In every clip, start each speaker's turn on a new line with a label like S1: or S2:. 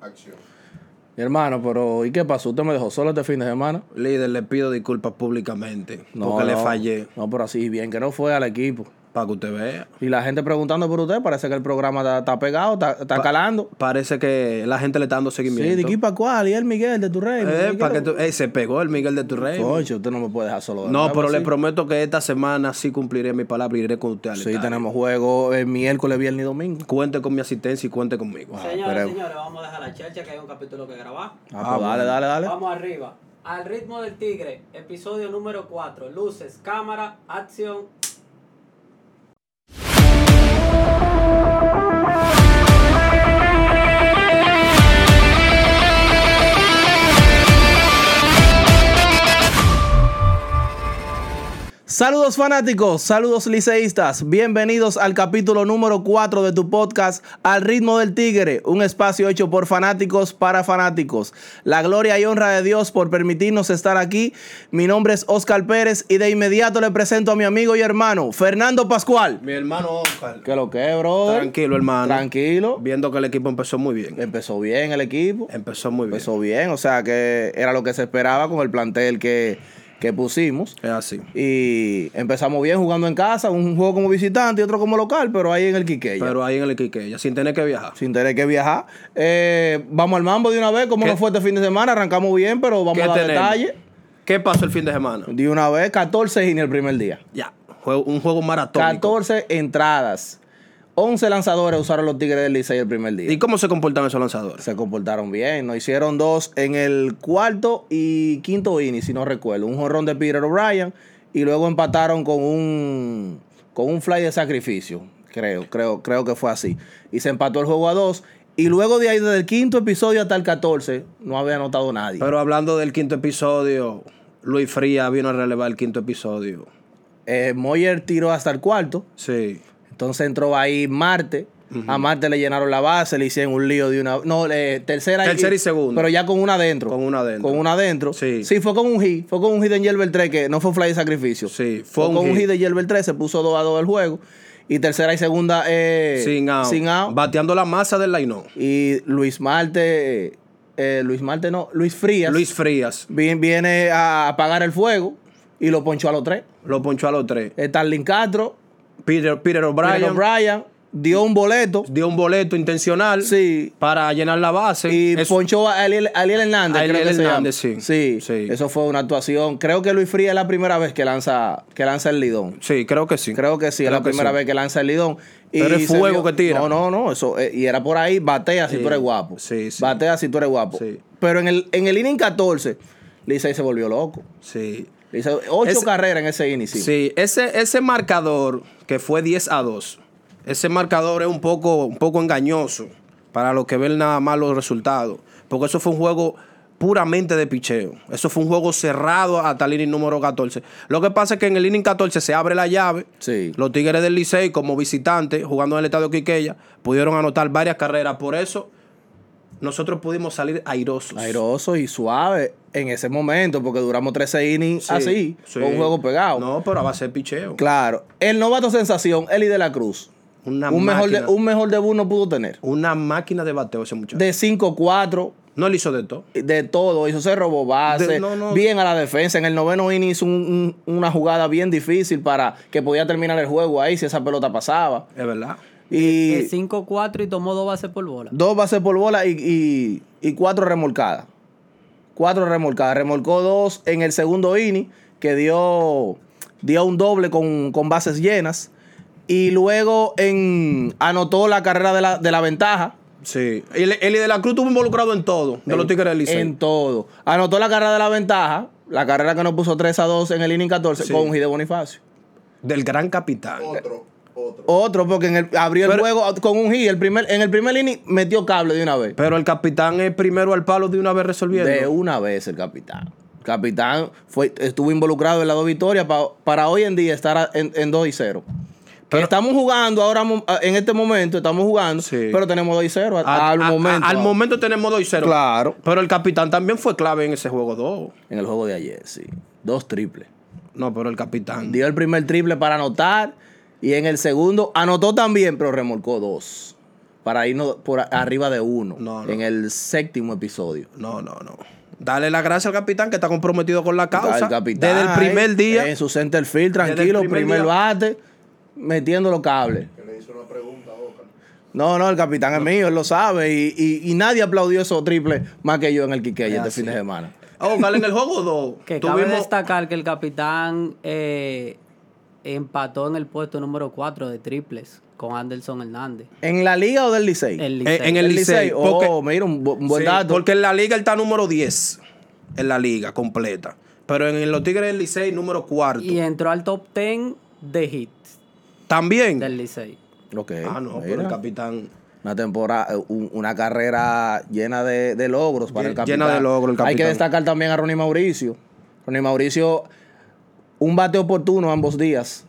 S1: Acción.
S2: Mi hermano, pero ¿y qué pasó? ¿Usted me dejó solo este fin de semana?
S3: Líder, le pido disculpas públicamente porque le fallé.
S2: No, pero así bien que no fue al equipo.
S3: Para que usted vea.
S2: Y la gente preguntando por usted, parece que el programa está, está pegado, está, está calando.
S3: Parece que la gente le está dando seguimiento.
S2: Sí, ¿de aquí para cuál? ¿Y el Miguel de tu rey?
S3: Eh,
S2: ¿Y
S3: para
S2: qué
S3: que
S2: lo-
S3: tú- eh, se pegó el Miguel de tu rey.
S2: Concho, usted no me puede dejar solo. de
S3: No,
S2: verdad,
S3: pero
S2: pues,
S3: le
S2: sí.
S3: prometo que esta semana sí cumpliré mi palabra y iré con usted al
S2: Sí,
S3: estadio.
S2: tenemos juego el miércoles, viernes y domingo.
S3: Cuente con mi asistencia y cuente conmigo.
S4: Señores,
S2: pero-
S4: señores, vamos a dejar la charcha que hay un capítulo que grabar.
S2: Ah, pues dale, dale, dale.
S4: Vamos arriba. Al ritmo del tigre, episodio número 4. Luces, cámara, acción.
S2: Saludos fanáticos, saludos liceístas, bienvenidos al capítulo número 4 de tu podcast Al ritmo del tigre, un espacio hecho por fanáticos para fanáticos. La gloria y honra de Dios por permitirnos estar aquí. Mi nombre es Oscar Pérez y de inmediato le presento a mi amigo y hermano Fernando Pascual.
S3: Mi hermano Oscar.
S2: Que lo que, bro.
S3: Tranquilo, hermano.
S2: Tranquilo.
S3: Viendo que el equipo empezó muy bien.
S2: Empezó bien el equipo.
S3: Empezó muy bien.
S2: Empezó bien, o sea que era lo que se esperaba con el plantel que, que pusimos.
S3: Es así.
S2: Y empezamos bien jugando en casa, un juego como visitante y otro como local, pero ahí en el Quiqueya.
S3: Pero ahí en el Iquique, ya sin tener que viajar.
S2: sin tener que viajar. Eh, vamos al mambo de una vez, como
S3: ¿Qué?
S2: nos fue este fin de semana, arrancamos bien, pero vamos
S3: ¿Qué
S2: a dar
S3: tenemos?
S2: detalle.
S3: ¿Qué pasó el fin de semana?
S2: De una vez, 14 en el primer día.
S3: Ya, juego- un juego maratónico.
S2: 14 entradas. 11 lanzadores usaron los Tigres del Licey el primer día.
S3: ¿Y cómo se comportan esos lanzadores?
S2: se comportaron bien. Nos hicieron dos en el cuarto y quinto inning, si no recuerdo. Un jorrón de Peter O'Brien y luego empataron con un, con un fly de sacrificio. Creo, creo, creo que fue así. Y se empató el juego a dos. Y luego de ahí, desde el quinto episodio hasta el 14, no había anotado nadie.
S3: Pero hablando del quinto episodio, Luis Fría vino a relevar el quinto episodio.
S2: Eh, Moyer tiró hasta el cuarto.
S3: Sí.
S2: Entonces entró ahí Marte. A Marte le llenaron la base, le hicieron un lío de una. No, eh, tercera
S3: Tercera y segunda.
S2: Pero ya con una adentro.
S3: Con una adentro.
S2: Con una adentro.
S3: Sí.
S2: fue con un hit. Fue con un hit de Yelver 3, que no fue fly de sacrificio.
S3: Sí, fue un
S2: con un
S3: hit.
S2: hit de Yelver 3, se puso 2 a 2 el juego. Y tercera y segunda. eh,
S3: sin out.
S2: Sin out.
S3: Bateando la masa del Lainó.
S2: Y Luis Marte. eh, Luis Marte no, Luis Frías.
S3: Luis Frías
S2: vi- viene a apagar el fuego y lo ponchó a los tres.
S3: lo ponchó a los tres.
S2: Starling Castro,
S3: Peter, Peter
S2: Brian
S3: O'Brien
S2: O'Brien, dio un boleto.
S3: dio un boleto intencional
S2: Sí.
S3: para llenar la base.
S2: Y
S3: Es-
S2: ponchó a Ariel, Ariel Hernández.
S3: Ariel
S2: creo que se
S3: Hernández,
S2: llama.
S3: sí.
S2: sí.
S3: Sí.
S2: Eso fue una actuación. Creo que Luis Fría es la primera vez que lanza, que lanza el lidón.
S3: sí, creo que sí.
S2: Creo que sí, es
S3: Creo
S2: la
S3: que
S2: primera
S3: sí.
S2: vez que lanza el lidón.
S3: Pero es
S2: se
S3: fuego que tira.
S2: No, no, no. Eso, eh, y era por ahí, batea si
S3: Sí,
S2: tú eres guapo.
S3: sí, sí.
S2: Batea si tú eres guapo.
S3: Sí.
S2: Pero en el, en el inning 14, Licey se volvió loco.
S3: Sí.
S2: Licey, ocho
S3: Ese-
S2: carreras en ese inicio.
S3: Sí, ese, ese marcador que fue 10 a 2, ese marcador es un poco, un poco engañoso para los que ven nada más los resultados, porque eso fue un juego puramente de picheo. Eso fue un juego cerrado hasta el inning número 14. Lo que pasa es que en el inning 14 se abre la llave.
S2: Sí.
S3: Los Tigres del Licey, como visitantes, jugando en el estadio Quiqueya, pudieron anotar varias carreras. Por eso, nosotros pudimos salir airosos.
S2: Airoso y suave en ese momento, porque duramos 13 innings
S3: Sí,
S2: así, Ah,
S3: sí.
S2: con un juego pegado.
S3: No, pero a base de picheo.
S2: Claro. El novato sensación, Eli de la Cruz.
S3: Una
S2: un, mejor de-
S3: máquina.
S2: un mejor debut no pudo tener.
S3: Una máquina de bateo ese muchacho.
S2: De 5-4,
S3: No le hizo de todo.
S2: de todo. Hizo, se robó base.
S3: De- no, no.
S2: Bien a la defensa. En el noveno inning hizo un- un- una jugada bien difícil para que podía terminar el juego ahí si esa pelota pasaba.
S3: Es verdad. Eh,
S2: Y
S4: 5-4 y tomó dos bases por bola.
S2: dos bases por bola y, y, y cuatro remolcadas. Cuatro remolcadas. Remolcó dos en el segundo inning, que dio, dio un doble con, con bases llenas. Y luego en, anotó la carrera de la, de la ventaja.
S3: Sí. Eli, Eli de la Cruz estuvo involucrado en todo. De los Tigres del Licey.
S2: En todo. Anotó la carrera de la ventaja. La carrera que nos puso 3 a 2 en el inning 14
S3: Sí.
S2: con un hit de Bonifacio.
S3: Del gran capitán.
S1: Otro, otro.
S2: Otro, porque en el, abrió el
S3: Pero-
S2: juego con un hit. El primer, en el primer inning metió cable de una vez.
S3: Pero el capitán es primero al palo de una vez resolviendo.
S2: De una vez el capitán. El capitán fue, estuvo involucrado en las dos victorias pa- para hoy en día estar a- en, en 2 y 0.
S3: Pero-
S2: estamos jugando ahora, mo- en este momento, estamos jugando,
S3: Sí.
S2: pero tenemos 2 y 0 a-
S3: A-
S2: al
S3: a- a-
S2: momento.
S3: al
S2: ahora.
S3: momento tenemos 2 y 0.
S2: Claro.
S3: Pero el capitán también fue clave en ese juego 2.
S2: En el juego de ayer, sí. Dos triples.
S3: No, pero el capitán.
S2: Dio el primer triple para anotar y en el segundo anotó también, pero remolcó dos. para irnos por a- arriba de uno
S3: No, no.
S2: en el séptimo episodio.
S3: No, no, no. Dale la gracia al capitán que está comprometido con la causa.
S2: Al capitán,
S3: desde el primer día.
S2: En eh, su center field,
S3: Desde el
S2: tranquilo,
S3: primer
S2: primer,
S3: día.
S2: bate, metiendo los cables.
S1: Que le hizo una pregunta a Oca.
S2: No, no, el capitán es mío, él lo sabe. Y, y- y nadie aplaudió esos triples más que yo en el Quiqueya
S3: Es
S2: este
S3: así.
S2: fin de semana.
S3: Oh, dale en el juego 2.
S4: Que cabe destacar que el capitán eh, empató en el puesto número 4 de triples con Anderson Hernández.
S2: ¿En la liga o del Licey?
S4: El
S3: en,
S4: Licey.
S3: el
S2: Del
S3: Licey. porque-
S2: Oh, mira, un, bu- un buen
S3: Sí,
S2: dato.
S3: Porque en la liga él está número 10. En la liga completa. Pero en, los Tigres del Licey, número 4.
S4: Y entró al top 10 de hits
S3: También.
S4: del Licey.
S2: Ok,
S3: Ah, no,
S2: mira.
S3: pero el capitán.
S2: Una temporada, eh, un- una carrera llena de, de logros para
S3: Lle-
S2: el capitán.
S3: llena de logros el
S2: Hay que
S3: capitán.
S2: destacar también a Ronnie Mauricio. Ronnie Mauricio, un bate oportuno ambos días.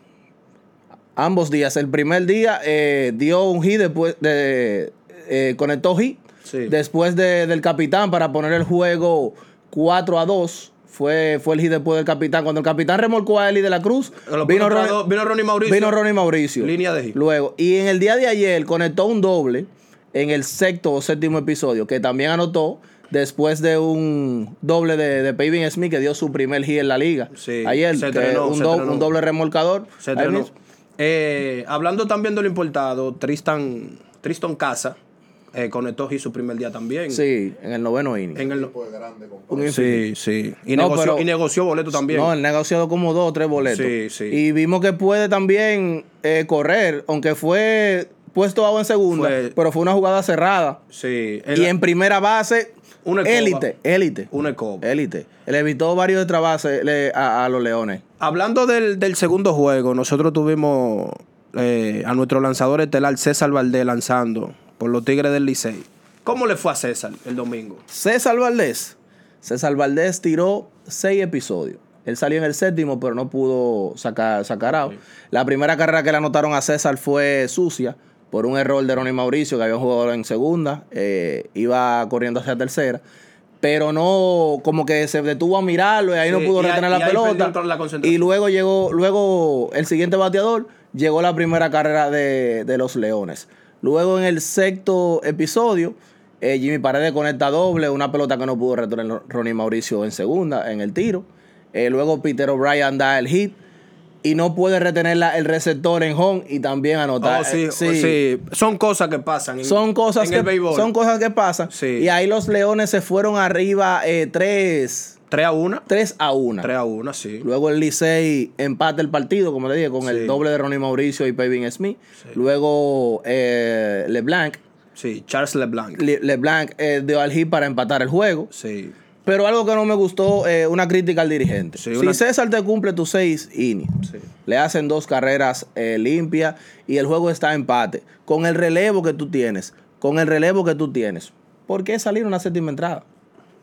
S2: Ambos días. El primer día eh, dio un hit después de. eh, conectó hit
S3: Sí.
S2: después de- del capitán para poner el juego 4 a 2. Fue, fue el hit después del capitán. Cuando el capitán remolcó a Eli de la Cruz,
S3: Lo
S2: vino,
S3: puso para
S2: Ronnie-
S3: dos, vino Ronnie Mauricio.
S2: Vino Ronnie Mauricio.
S3: Línea de hit.
S2: Luego, y en el día de ayer conectó un doble en el sexto o séptimo episodio, que también anotó después de un doble de, de Pavin Smith, que dio su primer hit en la liga.
S3: Sí,
S2: ayer,
S3: se
S2: que
S3: entrenó,
S2: un,
S3: se
S2: do-
S3: entrenó.
S2: un doble remolcador.
S3: Se
S2: Ahí
S3: estrenó.
S2: mismo.
S3: Eh, hablando también de lo importado, Tristan, Tristan Casa eh, conectó y su primer día también.
S2: Sí, en el noveno inning.
S3: En el,
S1: Tipo de grande, compadre.
S2: Un infield.
S3: sí, sí. Y,
S2: No,
S3: negoció,
S2: pero-
S3: y negoció boleto también.
S2: No, él negociado como dos o tres boletos.
S3: Sí, sí.
S2: Y vimos que puede también eh, correr, aunque fue puesto agua en segunda,
S3: Fue-
S2: pero fue una jugada cerrada.
S3: sí.
S2: y en primera base,
S3: Una escoba.
S2: élite, élite.
S3: Una escoba.
S2: Élite. Le evitó varios extrabases le- a, a los leones.
S3: Hablando del, del segundo juego, nosotros tuvimos eh, a nuestro lanzador estelar César Valdés lanzando por los Tigres del Licey. ¿Cómo le fue a César el domingo?
S2: César Valdés. César Valdés tiró seis episodios. Él salió en el séptimo, pero no pudo sacar, sacar out. La primera carrera que le anotaron a César fue sucia por un error de Ronnie Mauricio, que había un jugador en segunda. eh, iba corriendo hacia tercera. Pero no, como que se detuvo a mirarlo y ahí no
S3: Sí,
S2: pudo
S3: y ahí-
S2: retener
S3: y
S2: la
S3: ahí perdió
S2: pelota.
S3: toda la concentración.
S2: y luego llegó, luego el siguiente bateador llegó la primera carrera de, de los Leones. Luego en el sexto episodio, eh, Jimmy Paredes conecta doble, una pelota que no pudo retener Ronnie Mauricio en segunda, en el tiro. Eh, luego Peter O'Brien da el hit y no puede retener la- el receptor en home y también anotar.
S3: Oh, sí,
S2: Eh,
S3: sí. Son cosas que pasan. en-
S2: son cosas,
S3: en
S2: que,
S3: el béisbol.
S2: son cosas que pasan.
S3: Sí.
S2: Y ahí los Leones se fueron arriba 3
S3: 3 a 1.
S2: 3 a 1.
S3: 3 a 1, sí.
S2: Luego el Licey empata el partido, como le dije, con
S3: Sí.
S2: el doble de Ronnie Mauricio y Pavin Smith. Luego eh, LeBlanc.
S3: Sí, Charles LeBlanc.
S2: Le- LeBlanc eh, dio al hit para empatar el juego.
S3: sí.
S2: Pero algo que no me gustó, eh, una crítica al dirigente.
S3: Sí,
S2: si
S3: una-
S2: César te cumple tus seis innings,
S3: Sí.
S2: le hacen dos carreras eh, limpias y el juego está a empate. Con el relevo que tú tienes, con el relevo que tú tienes, ¿por qué salir una séptima entrada?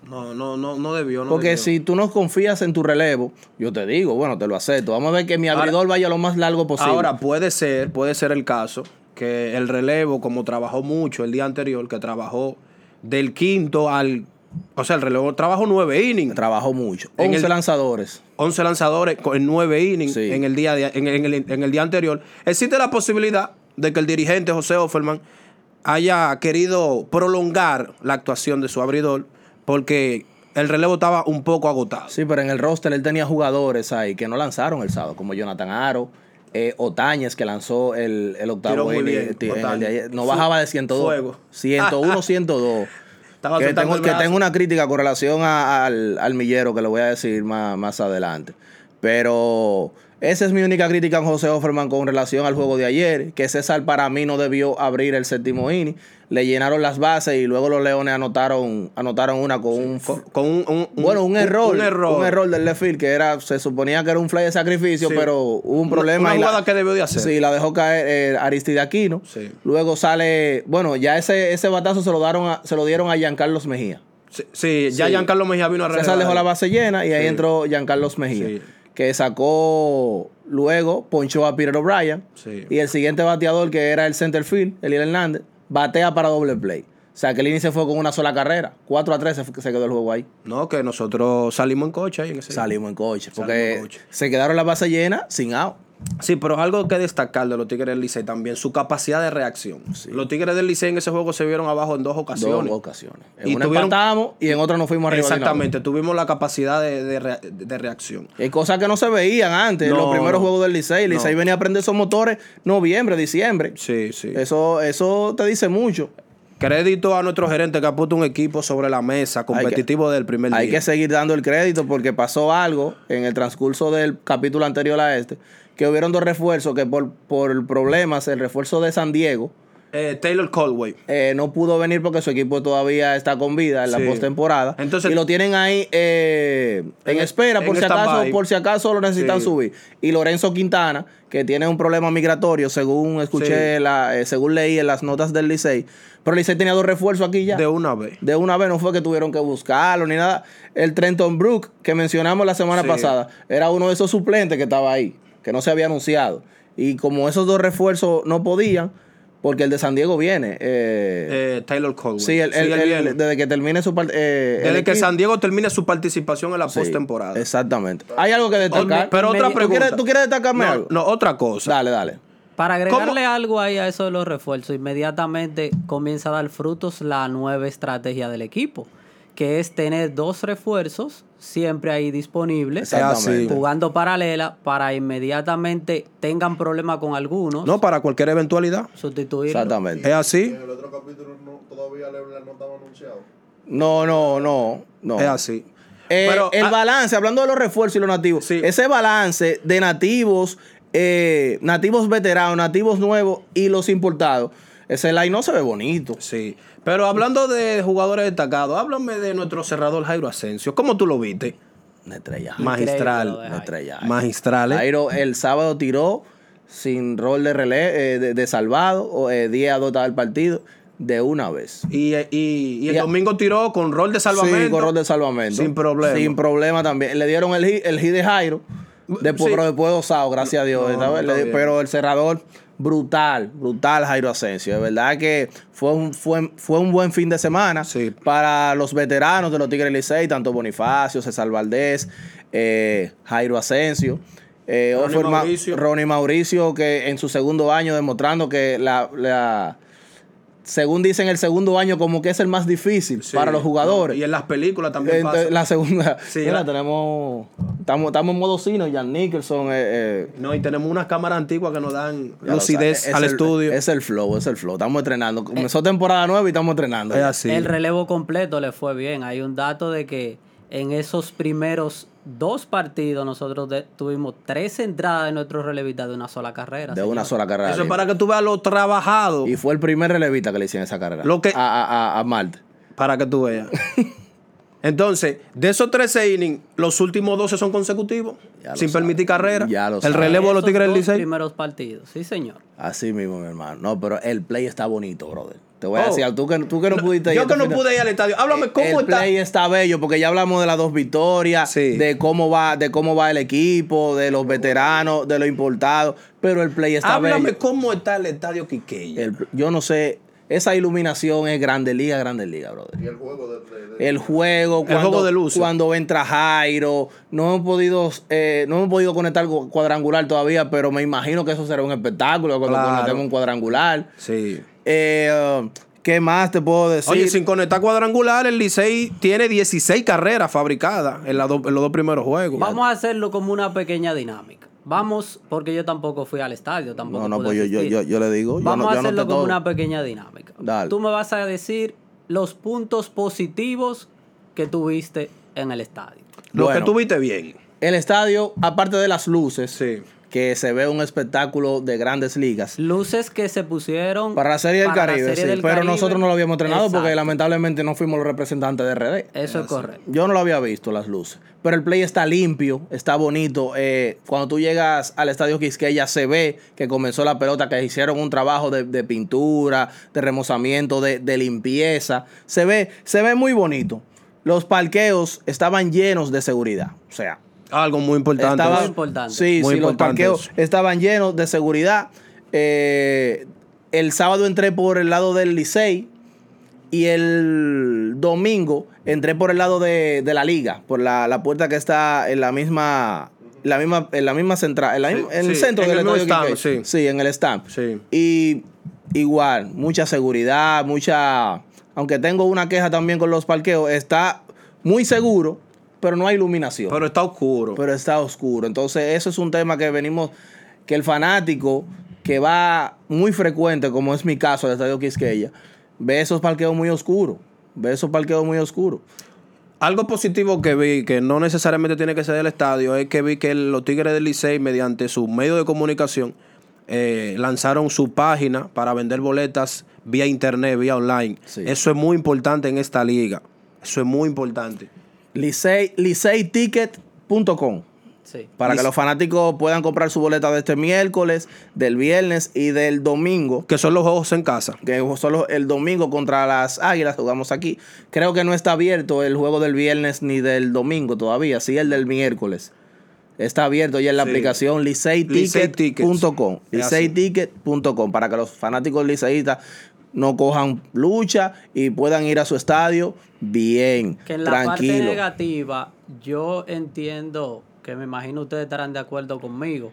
S3: No, no, no, no debió. No
S2: Porque
S3: debió.
S2: si tú no confías en tu relevo, yo te digo, bueno, te lo acepto. Vamos a ver que mi
S3: Ahora-
S2: abridor vaya lo más largo posible.
S3: Ahora puede ser, puede ser el caso que el relevo, como trabajó mucho el día anterior, que trabajó del quinto al. O sea, el relevo trabajó nueve innings.
S2: trabajó mucho.
S3: En
S2: 11
S3: el-
S2: lanzadores.
S3: 11 lanzadores co- en 9 innings
S2: Sí.
S3: en, el día de- en, en el, en el día anterior. Existe la posibilidad de que el dirigente José Offerman haya querido prolongar la actuación de su abridor porque el relevo estaba un poco agotado.
S2: Sí, pero en el roster él tenía jugadores ahí que no lanzaron el sábado, como Jonathan Aro, eh, Otañez, que lanzó el, el
S3: Tiró
S2: octavo
S3: muy
S2: inning,
S3: bien,
S2: ti- en el
S3: Otañez.
S2: de ayer. No
S3: Fu-
S2: bajaba de 102.
S3: fuego.
S2: 101, 102.
S3: Estaba
S2: que,
S3: soltando
S2: tengo,
S3: el
S2: que
S3: brazo.
S2: tengo una crítica con relación a- al, al millero que lo voy a decir más, más adelante. Pero esa es mi única crítica con José Offerman con relación al juego de ayer, que César para mí no debió abrir el séptimo inning. Le llenaron las bases y luego los Leones anotaron, anotaron una con un
S3: Con, con un, un- un-
S2: bueno, un error,
S3: Un error.
S2: del left field que era, se suponía que era un fly de sacrificio,
S3: Sí.
S2: pero hubo un
S3: Una-
S2: problema.
S3: una
S2: y la-
S3: jugada que debió de hacer.
S2: Sí, la dejó caer eh, Aristide Aquino.
S3: Sí.
S2: Luego sale, bueno, ya ese, ese batazo se lo dieron a, se lo dieron a Giancarlos Mejía.
S3: Sí, sí, ya
S2: Sí.
S3: Giancarlo Mejía vino a
S2: César dejó la
S3: relevar.
S2: base llena y ahí
S3: Sí.
S2: entró Giancarlos Mejía.
S3: Sí.
S2: Que sacó luego, ponchó a Peter O'Brien.
S3: Sí.
S2: Y el siguiente bateador, que era el center field, Eliel Hernández, batea para doble play. O sea, que el inicio fue con una sola carrera. 4 a 3 se, se quedó el juego ahí.
S3: No, que nosotros salimos en coche ahí en ese
S2: Salimos en coche.
S3: Salimos
S2: Porque
S3: en coche.
S2: se quedaron las bases llenas sin out.
S3: Sí, pero algo que destacar de los Tigres del Licey también, su capacidad de reacción. Los Tigres del Licey en ese juego se vieron abajo en dos ocasiones.
S2: Dos ocasiones. En
S3: Y
S2: una
S3: tuvieron-
S2: empatamos y en otra nos fuimos arriba. de Dinamo.
S3: Exactamente, tuvimos la capacidad de, de re- de reacción.
S2: Hay Eh, cosas que no se veían antes, en
S3: No,
S2: los primeros
S3: no.
S2: juegos del Licey. El Licey
S3: No.
S2: venía a prender esos motores noviembre, diciembre.
S3: Sí, sí.
S2: Eso, eso te dice mucho.
S3: Crédito a nuestro gerente que ha puesto un equipo sobre la mesa competitivo del primer
S2: Hay
S3: día.
S2: que seguir dando el crédito porque pasó algo en el transcurso del capítulo anterior a este, que hubieron dos refuerzos que por, por problemas, el refuerzo de San Diego
S3: Eh, Taylor Colway.
S2: eh, no pudo venir porque su equipo todavía está con vida en la
S3: Sí.
S2: postemporada.
S3: Entonces-
S2: y lo tienen ahí eh, en,
S3: En-
S2: espera por
S3: en
S2: si acaso,
S3: stand-by.
S2: por si acaso lo necesitan
S3: Sí.
S2: subir. Y Lorenzo Quintana, que tiene un problema migratorio, según escuché, la, eh, según leí en las notas del Licey. Pero Licey tenía dos refuerzos aquí ya.
S3: De una vez.
S2: De una vez no fue que tuvieron que buscarlo ni nada. El Trenton Brook que mencionamos la semana
S3: Sí.
S2: pasada era uno de esos suplentes que estaba ahí, que no se había anunciado. Y como esos dos refuerzos no podían, porque el de San Diego viene. eh,
S3: Eh, Taylor Colway.
S2: sí, el, el-
S3: él
S2: el-
S3: viene.
S2: desde que termine su eh, parte.
S3: Desde que San Diego termine su participación en la postemporada.
S2: Exactamente. Hay algo que destacar.
S3: Ot- Pero
S4: Me-
S3: otra
S4: ¿tú
S2: ¿Tú
S3: pregunta.
S2: quieres, tú quieres destacarme
S3: no,
S2: algo?
S3: no, otra cosa.
S2: Dale, dale.
S4: Para agregarle
S3: ¿Cómo?
S4: algo ahí a eso de los refuerzos, inmediatamente comienza a dar frutos la nueva estrategia del equipo, que es tener dos refuerzos siempre ahí disponibles,
S3: Exacto.
S4: jugando paralela para inmediatamente tengan problema con algunos,
S3: No, para cualquier eventualidad.
S4: sustituirlos.
S2: Exactamente.
S3: Es así.
S1: En el otro capítulo no, todavía Leblanc no estaba anunciado.
S2: No, no, no. no.
S3: Es así.
S2: Eh,
S3: Pero,
S2: el
S3: ah,
S2: balance, hablando de los refuerzos y los nativos,
S3: Sí.
S2: ese balance de nativos, eh, nativos veteranos, nativos nuevos y los importados, ese line no se ve bonito.
S3: Sí. Pero hablando de jugadores destacados, háblame de nuestro cerrador Jairo Asensio. ¿Cómo tú lo viste?
S2: Una estrella.
S4: Increíble lo de
S3: Magistral.
S2: Una estrella.
S3: Magistral. ¿eh?
S2: Jairo el sábado tiró sin rol de relé, eh, de, de salvado, o, eh, 10 a 2 estaba el partido, de una vez.
S3: Y, y- y el
S2: Y a-
S3: domingo tiró con rol de salvamento.
S2: Sí, con rol de salvamento.
S3: Sin problema.
S2: Sin problema también. Le dieron el hit, el hit de Jairo. Después,
S3: Sí.
S2: pero después osado, gracias a Dios.
S3: No,
S2: ¿sabes?
S3: no,
S2: Le
S3: está
S2: di-
S3: bien.
S2: pero el cerrador, brutal, brutal Jairo Asensio. De verdad que fue un, fue, fue un buen fin de semana
S3: Sí.
S2: para los veteranos de los Tigres Licey, tanto Bonifacio, César Valdés, eh, Jairo Asensio. Eh,
S3: Ronnie
S2: Offer Ma-
S3: Mauricio.
S2: Ronnie Mauricio, que en su segundo año demostrando que la- la según dicen el segundo año como que es el más difícil
S3: Sí.
S2: para los jugadores.
S3: Y en las películas también
S2: Entonces,
S3: pasa.
S2: la segunda,
S3: Sí,
S2: mira,
S3: la-
S2: tenemos estamos, estamos en modo sino, Jan Nicholson eh, eh,
S3: No, y tenemos unas cámaras antiguas que nos dan
S2: ya lo
S3: lucidez
S2: sabes, es
S3: al
S2: el-
S3: estudio. Eh,
S2: Es el flow, es el flow. Estamos entrenando. Comenzó temporada nueva y estamos entrenando.
S3: Es así.
S4: El relevo completo le fue bien. Hay un dato de que en esos primeros dos partidos nosotros de- tuvimos tres entradas de nuestros relevistas de una sola carrera.
S2: de
S4: señor.
S2: una sola carrera.
S3: Eso es para que tú veas lo trabajado.
S2: Y fue el primer relevista que le hicieron esa carrera.
S3: Lo que-
S2: a, a, a, a Marte.
S3: Para que tú veas. Entonces, de esos 13 innings, los últimos 12 son consecutivos.
S2: Ya lo
S3: Sin
S2: sabe.
S3: permitir carrera.
S2: Ya lo
S3: el
S2: sabe.
S3: relevo de los
S4: Esos
S3: Tigres del
S4: dos
S3: Licey.
S4: primeros partidos, sí señor.
S2: Así mismo, mi hermano. No, pero el play está bonito, brother. Te voy a
S3: Oh.
S2: decir, tú que, tú que no, pudiste ir
S3: Yo
S2: este
S3: que no
S2: fin de-
S3: pude ir al estadio. Háblame, ¿cómo
S2: Eh, el
S3: está?
S2: play está bello porque ya hablamos de las dos victorias,
S3: Sí.
S2: de cómo va, de cómo va el equipo, de los veteranos, de los importados, pero el play está
S3: Háblame
S2: bello. Eh,
S3: cómo está el estadio Quiqueya.
S2: El- yo no sé, esa iluminación es grande liga, grande liga, brother.
S1: Y el juego de. de- de-
S2: El juego, cuando,
S3: juego de luces.
S2: cuando entra Jairo, no hemos podido, eh, no hemos podido conectar cu- cuadrangular todavía, pero me imagino que eso será un espectáculo cuando
S3: Claro.
S2: conectemos un cuadrangular.
S3: Sí.
S2: Eh, ¿Qué más te puedo decir?
S3: Oye, sin conectar cuadrangular, el Licey tiene 16 carreras fabricadas en, las dos- en los dos primeros juegos.
S4: Vamos a hacerlo como una pequeña dinámica. Vamos, porque yo tampoco fui al estadio, tampoco.
S2: no, no,
S4: pude
S2: pues yo, yo,
S4: asistir.
S2: yo, yo le digo, yo
S4: Vamos
S2: no-
S4: a
S2: yo
S4: hacerlo
S2: anoté
S4: como
S2: todo.
S4: una pequeña dinámica.
S2: Dale.
S4: Tú me vas a decir los puntos positivos que tuviste en el estadio.
S3: Lo
S2: Bueno.
S3: que tuviste bien.
S2: El estadio, aparte de las luces,
S3: Sí.
S2: que se ve un espectáculo de grandes ligas.
S4: Luces que se pusieron
S2: Para la Serie del
S4: para la
S2: Caribe,
S4: Serie
S2: sí,
S4: del
S2: pero
S4: Caribe.
S2: nosotros no lo habíamos entrenado porque
S4: Exacto.
S2: lamentablemente no fuimos los representantes de RD.
S4: Eso es correcto.
S2: Yo no lo había visto las luces, pero el play está limpio, está bonito. eh, cuando tú llegas al estadio Quisqueya se ve que comenzó la pelota, que hicieron un trabajo de, de pintura, de remozamiento, de, de limpieza. Se ve, se ve muy bonito. Los parqueos estaban llenos de seguridad, o sea,
S3: Algo muy importante.
S2: estaba-
S4: Muy importante.
S2: Sí,
S3: Muy
S2: sí, los
S3: importante
S2: parqueos
S3: eso.
S2: estaban llenos de seguridad. Eh, el sábado entré por el lado del Licey y el domingo entré por el lado de, de la liga, por la, la puerta que está en la misma la misma, en la misma central, en, la
S3: Sí,
S2: misma- en el
S3: sí,
S2: centro
S3: en
S2: del
S3: el mismo
S2: estadio
S3: stand,
S2: Quisqueya.
S3: sí.
S2: en el stand.
S3: Sí.
S2: Y igual, mucha seguridad, mucha. Aunque tengo una queja también con los parqueos, está muy seguro, pero no hay iluminación.
S3: Pero está oscuro.
S2: pero está oscuro. Entonces, eso es un tema que venimos, que el fanático que va muy frecuente, como es mi caso al Estadio Quisqueya, ve esos parqueos muy oscuros. Ve esos parqueos muy oscuros.
S3: Algo positivo que vi, que no necesariamente tiene que ser del estadio, es que vi que los Tigres del Licey, mediante sus medios de comunicación, eh, lanzaron su página para vender boletas vía internet, vía online.
S2: Sí.
S3: Eso es muy importante en esta liga. Eso es muy importante.
S2: Licey- LiceyTicket.com
S4: Sí.
S2: para que
S3: Lic-
S2: los fanáticos puedan comprar su boleta de este miércoles, del viernes y del domingo.
S3: Que son los juegos en casa.
S2: Que solo el domingo contra las Águilas jugamos aquí. Creo que no está abierto el juego del viernes ni del domingo todavía, sí el del miércoles. Está abierto ya en la
S3: Sí.
S2: aplicación liceyticket.com.
S3: Es así.
S2: Liceyticket.com para que los fanáticos liceístas no cojan lucha y puedan ir a su estadio bien,
S4: Que en la parte
S2: tranquilo.
S4: negativa, yo entiendo que me imagino ustedes estarán de acuerdo conmigo.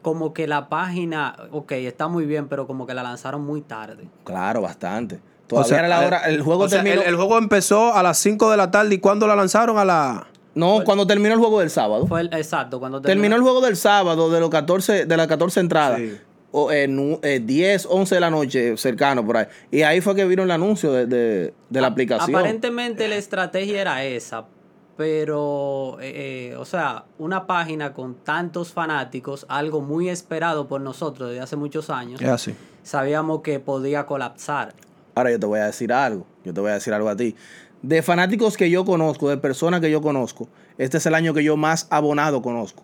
S4: Como que la página, ok, está muy bien, pero como que la lanzaron muy tarde.
S2: Claro, bastante. Todavía era la
S3: eh,
S2: hora, el juego
S3: o sea,
S2: terminó.
S3: el, el juego empezó a las 5 de la tarde y cuando la lanzaron a la...
S2: no, cuando terminó el juego del sábado.
S4: Fue el, exacto, cuando
S2: Oh. Terminó el juego del sábado de los 14, de las 14 entradas.
S3: Sí.
S2: O, eh, nu- eh, 10, 11 de la noche, cercano por ahí. Y ahí fue que vino el anuncio de, de- de la aplicación.
S4: Aparentemente la estrategia era esa, pero, eh, eh, o sea, una página con tantos fanáticos, algo muy esperado por nosotros desde hace muchos años,
S3: Es así.
S4: sabíamos que podía colapsar.
S2: Ahora yo te voy a decir algo. Yo te voy a decir algo a ti. De fanáticos que yo conozco, de personas que yo conozco, este es el año que yo más abonado conozco.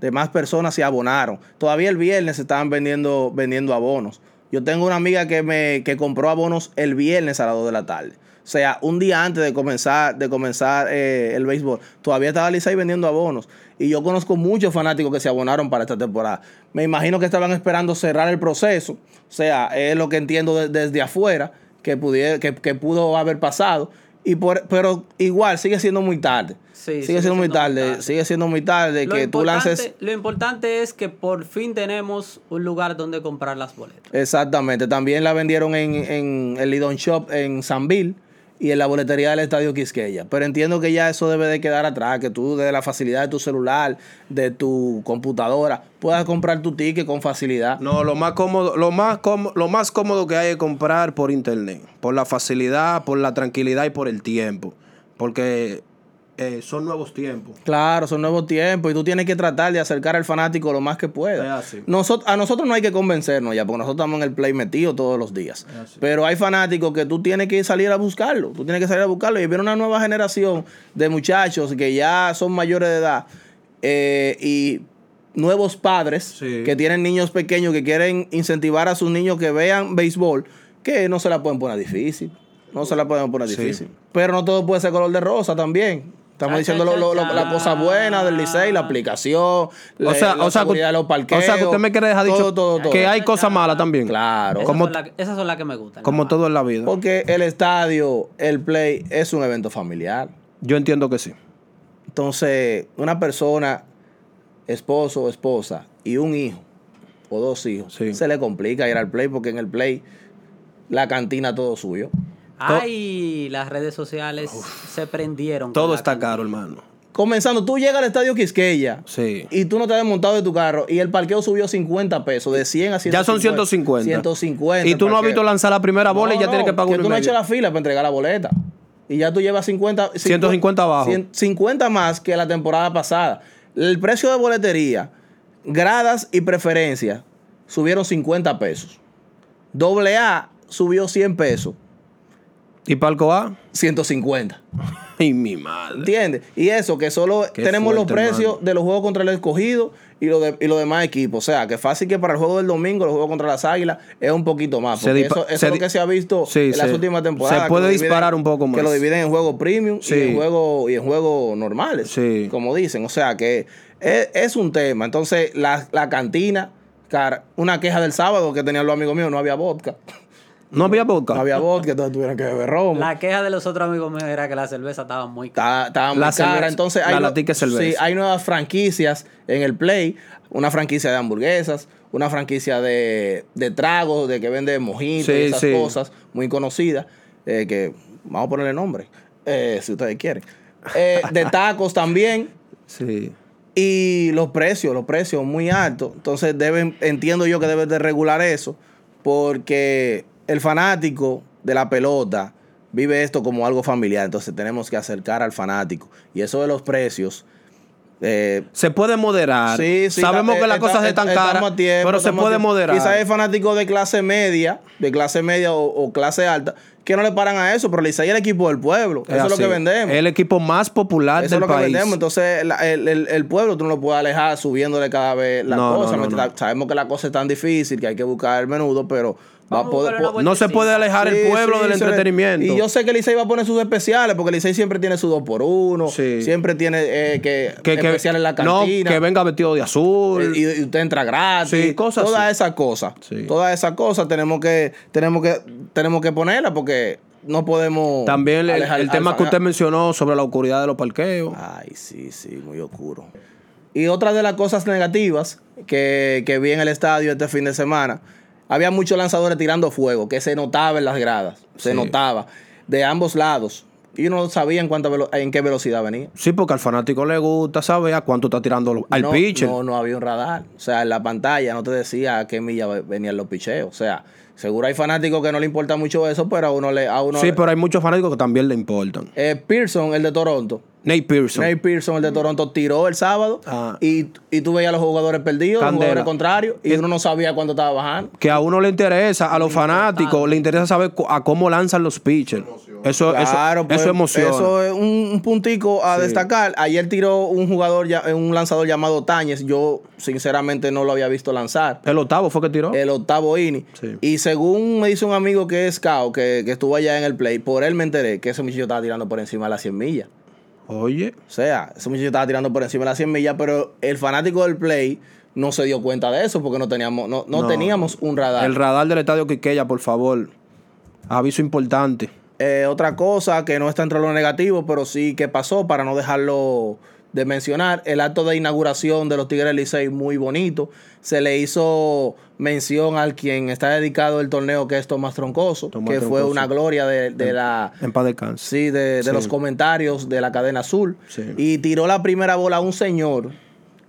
S2: De más personas se abonaron. Todavía el viernes se estaban vendiendo, vendiendo abonos. Yo tengo una amiga que me que compró abonos el viernes a las 2 de la tarde. O sea, un día antes de comenzar, de comenzar eh, el béisbol, todavía estaba Licey vendiendo abonos. Y yo conozco muchos fanáticos que se abonaron para esta temporada. Me imagino que estaban esperando cerrar el proceso. O sea, es lo que entiendo de- desde afuera que, pudiera, que, que pudo haber pasado. Y por, pero igual sigue siendo muy tarde.
S4: Sí,
S2: sigue, siendo, muy tarde, Sigue siendo muy tarde
S4: Lo
S2: que tú
S4: importante-
S2: lances.
S4: Lo importante es que por fin tenemos un lugar donde comprar las boletas.
S2: Exactamente. También la vendieron en, en el Lidon Shop en Sanville y en la boletería del Estadio Quisqueya. Pero entiendo que ya eso debe de quedar atrás, que tú desde la facilidad de tu celular, de tu computadora, puedas comprar tu ticket con facilidad.
S3: No, lo más cómodo, lo más cómodo, lo más cómodo que hay es comprar por internet, por la facilidad, por la tranquilidad y por el tiempo, porque eh, son nuevos tiempos.
S2: Claro, son nuevos tiempos y tú tienes que tratar de acercar al fanático lo más que
S3: Es
S2: pueda.
S3: así.
S2: Nosot- a nosotros no hay que convencernos ya, porque nosotros estamos en el play metido todos los días.
S3: así.
S2: Pero hay fanáticos que tú tienes que salir a buscarlo, tú tienes que salir a buscarlo. Y viene una nueva generación de muchachos que ya son mayores de edad eh, y nuevos padres
S3: Sí.
S2: que tienen niños pequeños que quieren incentivar a sus niños que vean béisbol, que no se la pueden poner difícil. No se la pueden poner
S3: Sí.
S2: difícil. Pero no todo puede ser color de rosa también. Estamos
S4: Cha,
S2: diciendo
S4: Ah, cha,
S2: lo- lo-
S4: cha,
S2: lo- la
S4: cha.
S2: cosa buena del licey, la aplicación, la,
S3: o sea,
S2: la
S3: o sea, que-
S2: seguridad de los parqueos.
S3: o sea, que usted me quiere dejar dicho
S2: todo, todo, todo.
S3: que hay cosas malas también.
S2: Claro.
S4: Esas,
S3: Como-
S4: son, las- esas son las que me gustan.
S3: Como
S4: nada más.
S3: todo en la vida.
S2: Porque el estadio, el play, es un evento familiar.
S3: Yo entiendo que sí.
S2: Entonces, una persona, esposo o esposa, y un hijo o dos hijos,
S3: Sí.
S2: se le complica ir al play porque en el play la cantina todo suyo.
S4: Ay, las redes sociales se prendieron. con
S3: Todo
S4: la
S3: está
S4: cantidad.
S3: caro, hermano.
S2: Comenzando, tú llegas al estadio Quisqueya
S3: Sí.
S2: y tú no te has desmontado de tu carro y el parqueo subió 50 pesos, de 100 a 150.
S3: Ya son 150.
S2: 150.
S3: Y tú
S2: el
S3: no has
S2: parqueo.
S3: visto lanzar la primera bola y
S2: No,
S3: ya
S2: no,
S3: tienes que pagar
S2: que
S3: uno y
S2: tú no has
S3: medio.
S2: hecho la fila para entregar la boleta. Y ya tú llevas 50...
S3: 150 abajo.
S2: 100 50 más que la temporada pasada. El precio de boletería, gradas y preferencias subieron 50 pesos. Doble A subió 100 pesos.
S3: ¿Y palco A?
S2: 150.
S3: Ay, mi madre.
S2: ¿Entiendes? Y eso, que solo
S3: Qué
S2: tenemos los
S3: fuerte,
S2: precios
S3: hermano.
S2: de los juegos contra el escogido y los de- y los demás equipos. O sea, que fácil que para el juego del domingo, los juegos contra las águilas, es un poquito más.
S3: Se
S2: Porque
S3: dispa-
S2: eso, eso
S3: se
S2: es lo
S3: di-
S2: que se ha visto
S3: Sí,
S2: en las
S3: se-
S2: últimas temporadas.
S3: se
S2: que
S3: puede
S2: lo dividen-
S3: disparar un poco
S2: Que lo
S3: más.
S2: dividen en juegos premium y
S3: Sí.
S2: en juegos y en juegos normales.
S3: Sí.
S2: Como dicen. O sea, que es, es un tema. Entonces, la, la cantina, cara, una queja del sábado que tenían los amigos míos, no había vodka.
S3: No había boca.
S2: No había vodka, entonces tuvieron que beber romo.
S4: La queja de los otros amigos míos era que la cerveza estaba muy
S2: Está-
S4: cara.
S2: está muy
S3: La
S2: cara.
S3: cerveza-
S2: Entonces
S3: la
S2: hay, nue-
S3: latica de cerveza.
S2: sí, hay nuevas franquicias en el Play. Una franquicia de hamburguesas, una franquicia de, de tragos, de que vende mojitos y
S3: Sí,
S2: esas
S3: sí.
S2: cosas muy conocidas. eh, que vamos a ponerle nombre, eh, si ustedes quieren. Eh, de tacos también.
S3: Sí.
S2: Y los precios, los precios muy altos. Entonces deben, entiendo yo que deben de regular eso. Porque el fanático de la pelota vive esto como algo familiar. Entonces tenemos que acercar al fanático. Y eso de los precios. eh,
S3: Se puede moderar.
S2: sí, eh, sí,
S3: Sabemos
S2: está-
S3: que las
S2: está-
S3: cosas
S2: está-
S3: están
S2: estamos
S3: caras,
S2: a tiempo,
S3: pero se
S2: estamos a
S3: puede
S2: tiempo.
S3: moderar.
S2: Quizás hay fanáticos de clase media, de clase media o, o clase alta, que no le paran a eso. Pero Licey es el equipo del pueblo.
S3: Es
S2: eso es lo que
S3: así.
S2: vendemos.
S3: Es El equipo más popular
S2: Eso es
S3: del
S2: lo que
S3: país.
S2: vendemos. Entonces, la- el, el- el pueblo tú no lo puedes alejar subiéndole cada vez la
S3: No,
S2: cosa.
S3: no, no,
S2: Mientras-
S3: no.
S2: Sabemos que la cosa es tan difícil que hay que buscar el menudo, pero va
S4: Vamos
S2: a
S4: a
S2: poder.
S4: buscarle una
S2: po-
S4: vuelta.
S3: No se puede alejar
S2: Sí,
S3: el pueblo
S2: sí,
S3: del
S2: se le-
S3: entretenimiento.
S2: Y yo sé que Licey va a poner sus especiales, porque Licey siempre tiene su 2 por 1
S3: Sí.
S2: siempre tiene eh, que,
S3: que, que-
S2: especiales en la
S3: no,
S2: cantina. eh,
S3: que venga vestido de azul.
S2: Y, y usted entra gratis.
S3: Sí, cosas
S2: todas
S3: así.
S2: esas cosas.
S3: Sí.
S2: Todas esas cosas tenemos que, tenemos que, tenemos que ponerlas porque no podemos.
S3: También el,
S2: alejar
S3: el
S2: al Ah.
S3: tema
S2: fan-
S3: que usted mencionó sobre la oscuridad de los parqueos.
S2: Ay, sí, sí, muy oscuro. Y otra de las cosas negativas que, que vi en el estadio este fin de semana, había muchos lanzadores tirando fuego, que se notaba en las gradas, se
S3: Sí.
S2: notaba, de ambos lados. Y uno no sabía en, cuánta velo- en qué velocidad venía.
S3: Sí, porque al fanático le gusta saber a cuánto está tirando lo- al
S2: no,
S3: pitcher.
S2: No, no había un radar. O sea, en la pantalla no te decía a qué milla ve- venían los picheos. O sea, seguro hay fanáticos que no le importa mucho eso, pero a uno le... A uno
S3: sí, pero hay muchos fanáticos que también le importan.
S2: Eh, Pearson, el de Toronto,
S3: Nate Pearson.
S2: Nate Pearson, el de Toronto, tiró el sábado
S3: Mm. Ah.
S2: y, y tú veías a los jugadores perdidos, los
S3: Candela.
S2: jugadores contrarios, y uno no sabía cuándo estaba bajando.
S3: Que a uno le interesa, a los fanáticos le interesa saber cu- a cómo lanzan los pitchers. Eso,
S2: Claro,
S3: eso,
S2: pues,
S3: eso emociona.
S2: Eso es un, un puntico a destacar. Ayer tiró un jugador, ya- eh, un lanzador llamado Táñez. Yo, sinceramente, no lo había visto lanzar.
S3: El octavo fue que tiró.
S2: El octavo inning.
S3: Sí.
S2: Y según me dice un amigo que es Cao, que, que estuvo allá en el play, por él me enteré que ese muchacho estaba tirando por encima de las 100 millas.
S3: Oye,
S2: O sea, ese muchacho estaba tirando por encima de las 100 millas, pero el fanático del play no se dio cuenta de eso porque no teníamos, no, no
S3: No.
S2: teníamos un radar.
S3: el radar del estadio Quiqueya, por favor. Aviso importante.
S2: Eh, otra cosa que no está entre lo negativo, pero sí que pasó, para no dejarlo de mencionar, el acto de inauguración de los Tigres Licey muy bonito. Se le hizo mención al quien está dedicado el torneo, que es Tomás Troncoso,
S3: Tomás
S2: que fue
S3: Troncoso.
S2: una gloria de, de la...
S3: En paz descanse.
S2: Sí, de, de
S3: Sí.
S2: los comentarios de la cadena azul.
S3: Sí.
S2: Y tiró la primera bola a un señor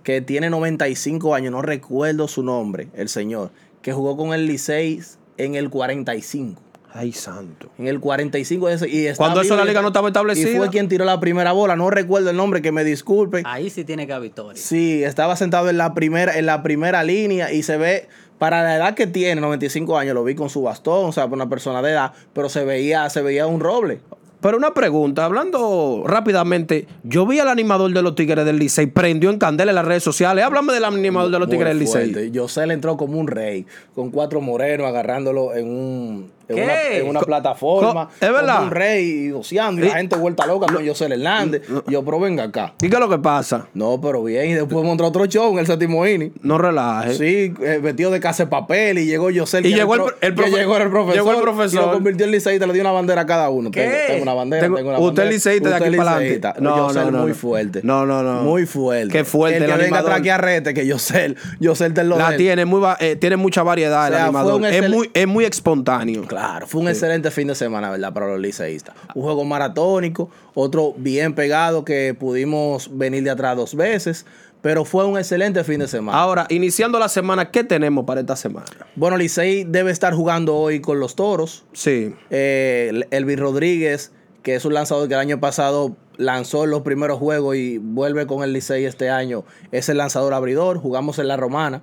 S2: que tiene 95 años, no recuerdo su nombre, el señor, que jugó con el Licey en el 45.
S3: Ay, santo.
S2: En el 45 ese, y está
S3: Cuando eso
S2: vivo
S3: la
S2: y
S3: liga
S2: está-
S3: no estaba establecida. Ah.
S2: Y fue quien tiró la primera bola, no recuerdo el nombre, que me disculpen.
S4: Ahí sí tiene que haber victoria.
S2: Sí, estaba sentado en la primera en la primera línea y se ve para la edad que tiene, 95 años, lo vi con su bastón, o sea, una persona de edad, pero se veía se veía un roble.
S3: Pero una pregunta, hablando rápidamente, yo vi al animador de los Tigres del Licey, prendió en candela en las redes sociales. Háblame del animador de los
S2: Muy
S3: Tigres del Licey.
S2: fuerte. Yosel entró como un rey, con cuatro morenos agarrándolo en, un, en,
S4: ¿Qué?
S2: una, en una
S3: Co-
S2: plataforma.
S3: co- es verdad.
S2: Como un rey y doceando, y la gente vuelta loca con Yosel Hernández. Yo, pero venga acá.
S3: ¿Y qué es lo que pasa?
S2: No, pero bien, y después montó otro show en el séptimo inning.
S3: No relaje.
S2: Sí, eh, vestido de casa de papel y llegó Yosel.
S3: Y
S2: que
S3: llegó el
S2: pro-
S3: pro- el
S2: que
S3: profe-
S2: llegó el profesor.
S3: llegó el
S2: Y lo
S3: profesor.
S2: convirtió en liceísta, le dio una bandera a cada uno.
S4: ¿Qué?
S2: Tengo, tengo una bandera,
S3: Tengo-
S2: tengo una
S3: usted
S2: bandera.
S3: liceísta de
S2: Usted
S3: aquí para adelante.
S2: liceísta.
S3: No,
S2: Yosel
S3: no, no,
S2: muy
S3: no.
S2: fuerte.
S3: No, no, no.
S2: Muy fuerte.
S3: Qué fuerte
S2: El que
S3: el
S2: venga
S3: animador.
S2: atrás que arrete, que Yosel, Yosel te lo
S3: La
S2: dé.
S3: tiene, muy va- eh, tiene mucha variedad
S2: O sea,
S3: el
S2: fue
S3: animador.
S2: un
S3: Es
S2: excel-
S3: muy, es muy espontáneo.
S2: Claro, fue un excelente fin de semana, ¿verdad? Para los liceístas. Un juego maratónico, otro bien pegado que pudimos venir de atrás dos veces, pero fue un excelente fin de semana.
S3: Ahora, iniciando la semana, ¿qué tenemos para esta semana?
S2: Bueno, Licey debe estar jugando hoy con los toros.
S3: Sí.
S2: Eh, Elvis Rodríguez, que es un lanzador que el año pasado lanzó en los primeros juegos y vuelve con el Licey este año, es el lanzador abridor. Jugamos en la romana.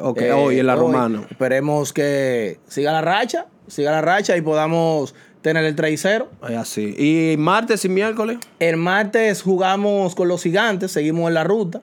S3: Ok,
S2: Eh,
S3: hoy en la romana.
S2: Esperemos que siga la racha, siga la racha y podamos tener el 3-0.
S3: Es así. ¿Y martes y miércoles?
S2: El martes jugamos con los gigantes, seguimos en la ruta.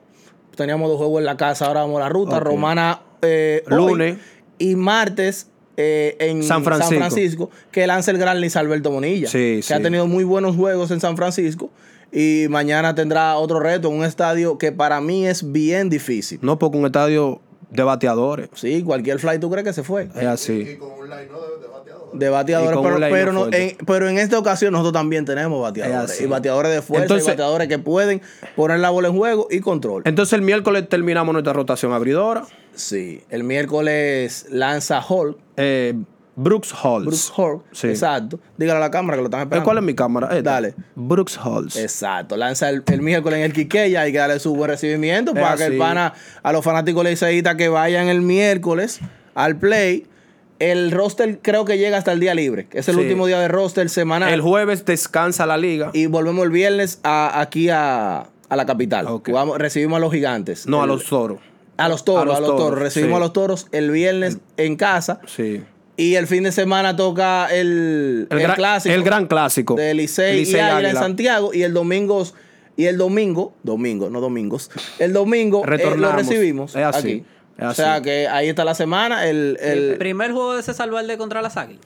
S2: Teníamos dos juegos en la casa, ahora vamos a la ruta.
S3: Ok.
S2: Romana eh, hoy.
S3: Lunes.
S2: y martes eh, en
S3: San Francisco.
S2: Francisco, que lanza el gran Luis Alberto Monilla,
S3: Sí,
S2: que
S3: sí.
S2: ha tenido muy buenos juegos en San Francisco. Y mañana tendrá otro reto en un estadio que para mí es bien difícil.
S3: No, porque un estadio de bateadores.
S2: Sí, cualquier fly tú crees que se fue.
S3: Es así.
S1: Y con un line, ¿no? De, de bateador.
S2: de bateadores,
S3: Y con
S2: pero,
S3: un line
S2: pero, no-
S3: fuerte.
S2: en, pero en esta ocasión nosotros también tenemos
S3: Es
S2: bateadores.
S3: así.
S2: Y bateadores de fuerza,
S3: Entonces-
S2: y bateadores que pueden poner la bola en juego y control.
S3: Entonces el miércoles terminamos nuestra rotación abridora.
S2: sí, el miércoles lanza Hall,
S3: Eh, Brooks Halls.
S2: Brooks Hall,
S3: Sí.
S2: exacto. Dígale a la cámara que lo están
S3: Eh,
S2: esperando.
S3: ¿Cuál es mi cámara? Esta.
S2: Dale.
S3: Brooks Halls.
S2: Exacto, lanza el, el miércoles en el Quiqueya, hay que darle su buen recibimiento para que
S3: así.
S2: el pana, a los fanáticos liceístas que vayan el miércoles al play. El roster creo que llega hasta el día libre, que es el
S3: Sí.
S2: último día de roster semanal.
S3: El jueves descansa la liga.
S2: y volvemos el viernes a- aquí a, a la capital.
S3: Ok.
S2: Jugamos- recibimos a los gigantes.
S3: no, a
S2: El-
S3: los toros.
S2: a los toros, a los,
S3: a los
S2: toros.
S3: toros,
S2: Recibimos
S3: sí.
S2: a los toros el viernes en casa.
S3: Sí.
S2: Y el fin de semana toca el, el,
S3: gran,
S2: clásico.
S3: El gran clásico.
S2: de Licey y
S3: Licey
S2: Águila en
S3: Águila.
S2: Santiago y el domingo y el domingo, domingo, no domingos, el domingo eh, lo
S3: Retornamos.
S2: recibimos
S3: Es así,
S2: aquí.
S3: es
S2: O sea
S3: así.
S2: que ahí está la semana, el,
S4: El,
S2: el,
S4: primer juego de César Valde contra las Águilas.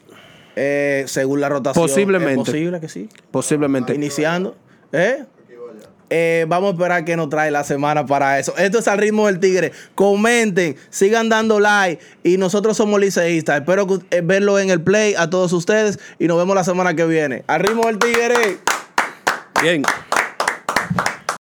S2: eh, según la rotación.
S3: Posiblemente.
S2: Es posible que sí.
S3: Posiblemente.
S2: Iniciando. ¿Eh?
S1: Aquí vaya.
S2: Eh, vamos a esperar que nos trae la semana para eso. Esto es al ritmo del tigre. Comenten, sigan dando like. Y nosotros somos liceístas. Espero que- eh, verlo en el play a todos ustedes. Y nos vemos la semana que viene. Al ritmo del tigre.
S3: Bien.